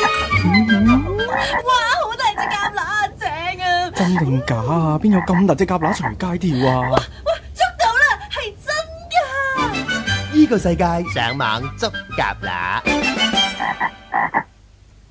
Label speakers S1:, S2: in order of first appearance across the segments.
S1: 哇，好大隻蛤乸啊，正啊！
S2: 真定假啊？邊有咁大隻蛤乸隨街跳啊？
S1: 哇，捉到啦，係真㗎！
S3: 呢個世界上網捉蛤乸。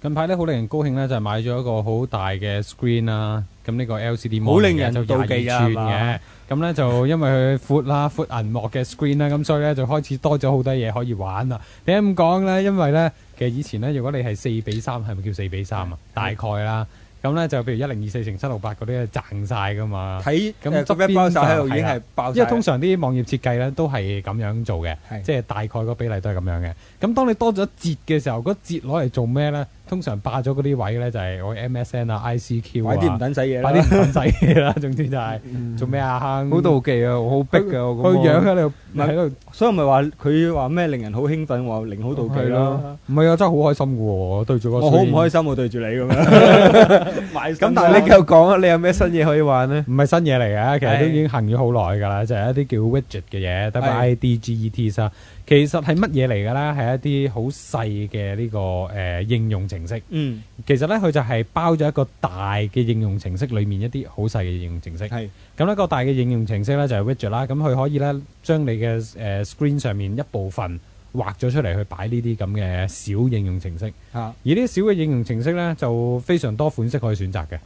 S4: 近排咧好令人高興咧，就係買咗一個好大嘅 screen 啦。咁呢個 LCD
S2: 好
S4: mon
S2: 令人
S4: 嚟嘅就
S2: 妒忌
S4: 廿二
S2: 啊
S4: 寸
S2: 係
S4: 嘅。咁咧就因為佢闊啦，闊銀幕嘅 screen 啦，咁所以咧就開始多咗好多嘢可以玩啦。點解咁講咧？因為咧其實以前咧，如果你係四比三，係咪叫四比三啊？大概啦。咁咧就譬如一零二四乘七六八嗰啲咧，賺晒噶嘛。
S2: 睇
S4: 咁
S2: 誒
S4: 側
S2: 個 web
S4: 邊
S2: browser 喺度已
S4: 就
S2: 經
S4: 係
S2: 係爆曬，
S4: 因為通常啲網頁設計咧都係咁樣做嘅
S2: 係，
S4: 即係大概個比例都係咁樣嘅。咁當你多咗一截嘅時候，嗰截攞嚟做咩咧？通常霸咗嗰啲位咧就係我 MSN 啊、ICQ 啊，
S2: 快啲唔等使嘢啦
S4: 快啲，唔等使嘢啦。總之就係做咩啊？坑
S5: 好妒忌啊，我好逼啊，我
S4: 佢
S5: 咁
S4: 樣
S5: 啊，
S4: 喺度
S2: 唔係
S4: 喺度
S2: 所以咪話佢話咩令人好興奮，話令好妒忌
S4: 係
S2: 咯。
S4: 唔係啊，真係好開心嘅喎！我對住個
S2: 我好唔開
S4: 心，
S2: 心，我對住你咁樣。
S5: 咁但係你繼續講啊，你有咩新嘢可以玩咧？
S4: 唔係新嘢嚟嘅，其實都
S2: 係
S4: 已經行咗好耐㗎啦，就係一啲叫 widget 嘅嘢
S2: 係
S4: ，WIDGETs 啊。其實係乜嘢嚟㗎咧？係一啲好細嘅呢個誒應用程式。
S2: 嗯，
S4: 其實咧，佢就係包咗一個大嘅應用程式裏面一啲好細嘅應用程式。
S2: 係
S4: 咁呢個大嘅應用程式咧就係 widget 啦，咁佢可以咧將你嘅誒、呃 screen 上面一部分畫咗出嚟去擺呢啲咁嘅小應用程式。而
S2: 嚇。
S4: 呢啲小嘅應用程式咧就非常多款式可以選擇嘅，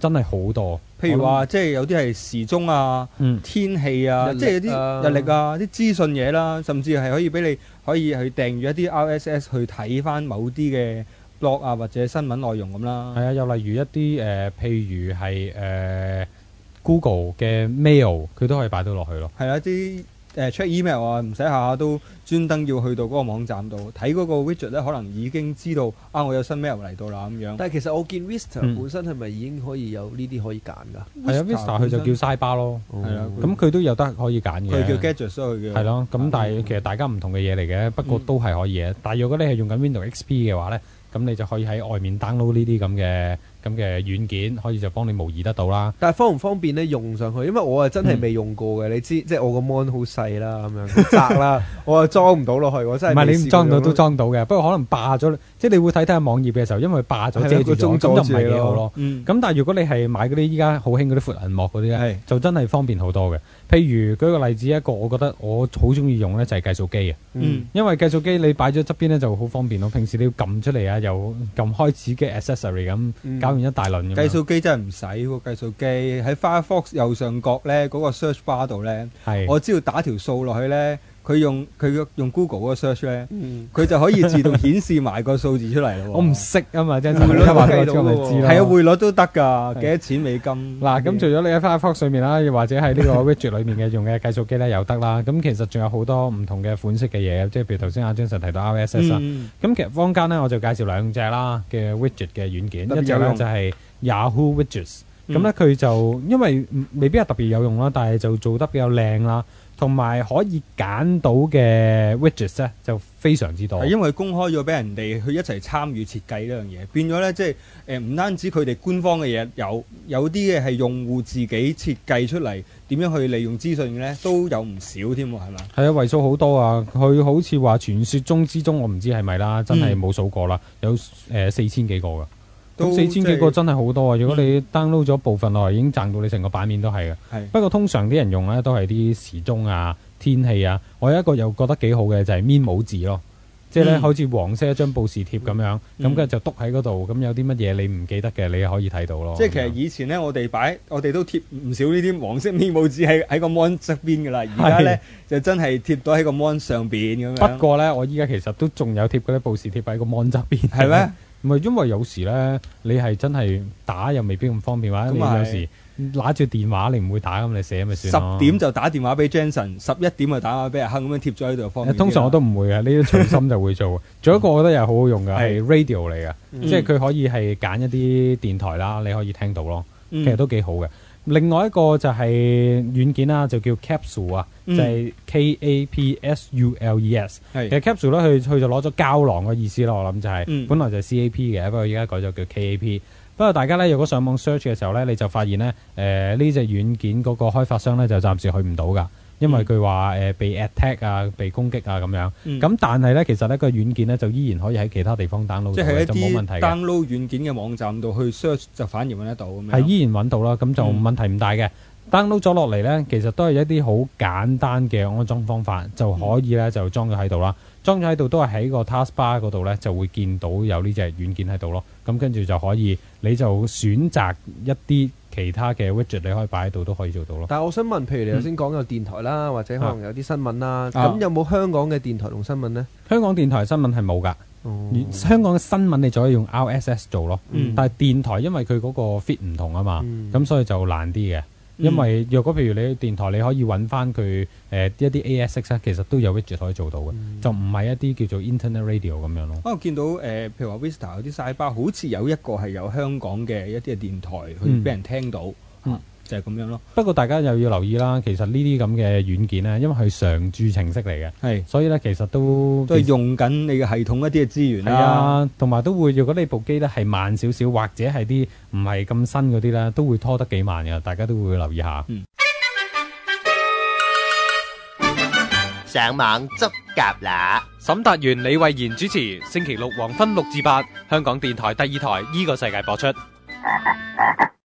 S4: 真係好多。
S2: 譬如
S4: 我諗，
S2: 話，即係有啲係時鐘啊、
S4: 嗯，
S2: 天氣啊，
S5: 日曆
S2: 即係有
S5: 啊
S2: 啲日曆啊、啲資訊嘢啦，甚至係可以俾你可以去訂閱一啲 RSS 去睇翻某啲嘅 blog 啊或者新聞內容咁啦。
S4: 係啊，又例如一啲誒、呃譬如係誒、呃 Google 嘅 mail，佢都可以擺到落去咯。
S2: 係啦，啲誒 check email 啊，唔使下下都專登要去到嗰個網站度睇嗰個 widget 咧，可能已經知道啊，我有新 mail 嚟到啦咁樣。
S5: 但係其實我見 Vista
S4: 嗯
S5: 本身係咪已經可以有呢啲可以揀㗎？
S4: 係啊
S2: Vista
S4: ，Vista 佢就
S2: 本身
S4: 叫 sidebar 咯，
S2: 係啦
S4: 咁佢都有得可以揀嘅。
S2: 佢叫 gadgets 咯，佢叫
S4: 係咯，咁但係其實大家唔同嘅嘢嚟嘅，不過都係可以嘅。但係如果你係用緊 Windows XP 嘅話咧，咁你就可以喺外面 download 呢啲咁嘅咁嘅軟件，可以就幫你模擬得到啦。
S5: 但係方唔方便咧用上去？因為我啊真係未用過嘅，你知即係我個 mon 好細啦，咁樣窄 啦，我啊裝唔到落去，我
S4: 唔
S5: 真係
S4: 係
S5: 未
S4: 你
S5: 試過
S4: 裝到
S5: 用
S4: 都裝到嘅，不過可能霸咗，即係你會睇睇下網頁嘅時候，因為霸咗
S5: 係啦
S4: 遮住
S5: 個
S4: 咗，
S5: 鐘
S4: 咁就唔
S5: 阻住
S4: 係幾好
S5: 咯
S4: 咯。
S2: 嗯
S4: 咁但係如果你係買嗰啲依家好興嗰啲闊銀幕嗰啲
S2: 係
S4: 咧，就真係方便好多嘅。譬如舉個例子，一個我覺得我好中意用咧就係計數機嘅。
S2: 嗯
S4: 因為計數機你擺咗側邊咧就好方便咯，平時你要撳出嚟啊，又撳開始嘅 accessory 咁，
S5: 嗯
S4: 搞完一大輪咁樣。
S2: 計數機真係唔使喎，計數機喺 Firefox 右上角咧嗰個 search bar 度咧。
S4: 係
S2: 我只要打條數落去咧，佢用佢用 Google 嗰個 search 咧，
S5: 嗯
S2: 佢就可以自動顯示埋個數字出嚟咯。
S4: 我唔識啊嘛，真係
S5: 匯率
S4: 而家話俾我知
S5: 計到
S4: 我咪
S5: 嘅喎
S4: 知
S2: 係
S4: 咯。
S2: 啊，匯率都得㗎，幾多錢美金？
S4: 嗱，咁除咗你喺 Firefox 上面啦，又或者喺呢個 widget 裏面嘅用嘅 計數機咧又得啦。咁其實仲有好多唔同嘅款式嘅嘢，即係譬如頭先阿 Jason 提到 RSS 啦。
S2: 嗯
S4: 啊咁其實坊間咧我就介紹兩隻啦嘅 widget 嘅軟件，
S2: 特別
S4: 一隻
S2: 有
S4: 咧
S2: 用
S4: 就係 Yahoo Widgets。
S2: 嗯
S4: 咁咧佢就因為唔未必係特別有用啦，但係就做得比較靚啦，同埋可以揀到嘅 widgets 咧就非常之多
S2: 係。因為公開咗俾人哋去一齊參與設計呢樣嘢，變咗咧即係誒唔單止佢哋官方嘅嘢有，有啲嘅係用戶自己設計出嚟，點樣去利用資訊嘅咧都有唔少添喎，係嘛？
S4: 係啊，為數好多啊！佢好似話傳說中之中，我唔知係咪啦，真
S2: 嗯
S4: 係冇數過啦，有誒四千幾個噶。
S2: 都
S4: 咁四千幾個真係好多啊！如果
S2: 嗯
S4: 你 download 咗部分落嚟，已經賺到你成個版面都係嘅。
S2: 係
S4: 不過通常啲人用咧都係啲時鐘啊、天氣啊。我有一個又覺得幾好嘅就係面帽字咯，即係咧
S2: 嗯
S4: 好似黃色一張報時貼咁樣，咁
S2: 嗯
S4: 跟住就篤喺嗰度。咁有啲乜嘢你唔記得嘅，你可以睇到咯。
S2: 即係其實以前咧，我哋擺我哋都貼唔少呢啲黃色面帽紙喺喺個 mon 側邊噶啦，而家咧就真係貼到喺個 mon 上邊咁樣。
S4: 不過咧，我依家其實都仲有貼嗰啲報時貼喺個 mon 側邊。
S2: 係咩？
S4: 唔係啊因為有時咧，你係真係打又未必咁方便，或者你
S2: 咁係
S4: 有時揦住電話你唔會打咁，你寫咪
S2: 十
S4: 算咯。
S2: 點就打電話俾 Jensen，十一點就打電話俾阿亨咁樣貼咗喺度方便啲啦。
S4: 通常我都唔會嘅，呢啲隨心就會做。仲有一個我覺得又好好用嘅係
S2: 係
S4: radio 嚟嘅，
S5: 嗯
S4: 即係佢可以係揀一啲電台啦，你可以聽到咯，
S2: 其
S4: 其實都幾好嘅。另外一個就係軟件啦，就叫 Capsule 啊，就
S2: 嗯
S4: 係 K A P S U L E S。其實
S2: 係
S4: capsule 咧，佢佢就攞咗膠囊嘅意思咯，我諗就係、
S2: 嗯
S4: 本來就係 CAP 嘅，不過而家改咗叫 KAP。不過大家咧，如果上網 search 嘅時候咧，你就發現咧，誒呢只軟件嗰個開發商咧就暫時去唔到㗎。因為佢話誒被 attack 啊、被攻擊啊咁樣。
S2: 嗯
S4: 咁但係咧，其實咧個軟件咧就依然可以喺其他地方 download
S2: 即
S4: 到嘅
S2: 係一
S4: 就冇問
S2: 啲
S4: 題嘅。
S2: download 軟件嘅網站度去 search 就反而揾得到咁樣。
S4: 係依然揾到啦，咁就
S2: 啊嗯
S4: 問題唔大嘅。download 咗落嚟呢，其實都係一啲好簡單嘅安裝方法，就可以呢就裝咗喺度啦。裝咗喺度都係喺個 taskbar 嗰度呢，就會見到有呢只軟件喺度咯。咁跟住就可以，你就選擇一啲其他嘅 widget 你可以擺喺度都可以做到咯。
S5: 但係我想問，譬如你頭先講有電台啦，或者可能有啲新聞啦，
S2: 啊
S5: 咁有冇香港嘅電台同新聞呢？
S4: 香港電台新聞係冇㗎，香港嘅新聞你就可以用 RSS 做咯。
S2: 嗯
S4: 但係電台因為佢嗰個 fit 唔同啊嘛，
S5: 嗯
S4: 咁、所以就難啲嘅。因為若果譬如你電台，你可以揾翻佢誒一啲 ASX 咧，其實都有 widget 可以做到嘅，就唔係一啲叫做 Internet Radio 咁樣咯。
S2: 啊我見到誒、呃譬如話 Vista 有啲 s i b a 好似有一個係有香港嘅一啲嘅電台，佢
S4: 嗯
S2: 俾人聽到，
S4: 嗯
S2: 啊就係、咁樣咯。
S4: 不過大家又要留意啦，其實呢啲咁嘅軟件咧，因為佢常駐程式嚟嘅，
S2: 係
S4: 所以咧其實都
S2: 都係用緊你嘅系統一啲嘅資源
S4: 係
S2: 啦。
S4: 啊，同埋都會，如果你部機咧係慢少少，或者係啲唔係咁新嗰啲咧，都會拖得幾慢嘅，大家都會留意下。
S3: 上网捉蛤乸。
S6: 沈达元、李慧娴主持，星期六黄昏六至八，香港电台第二台依、個个世界播出。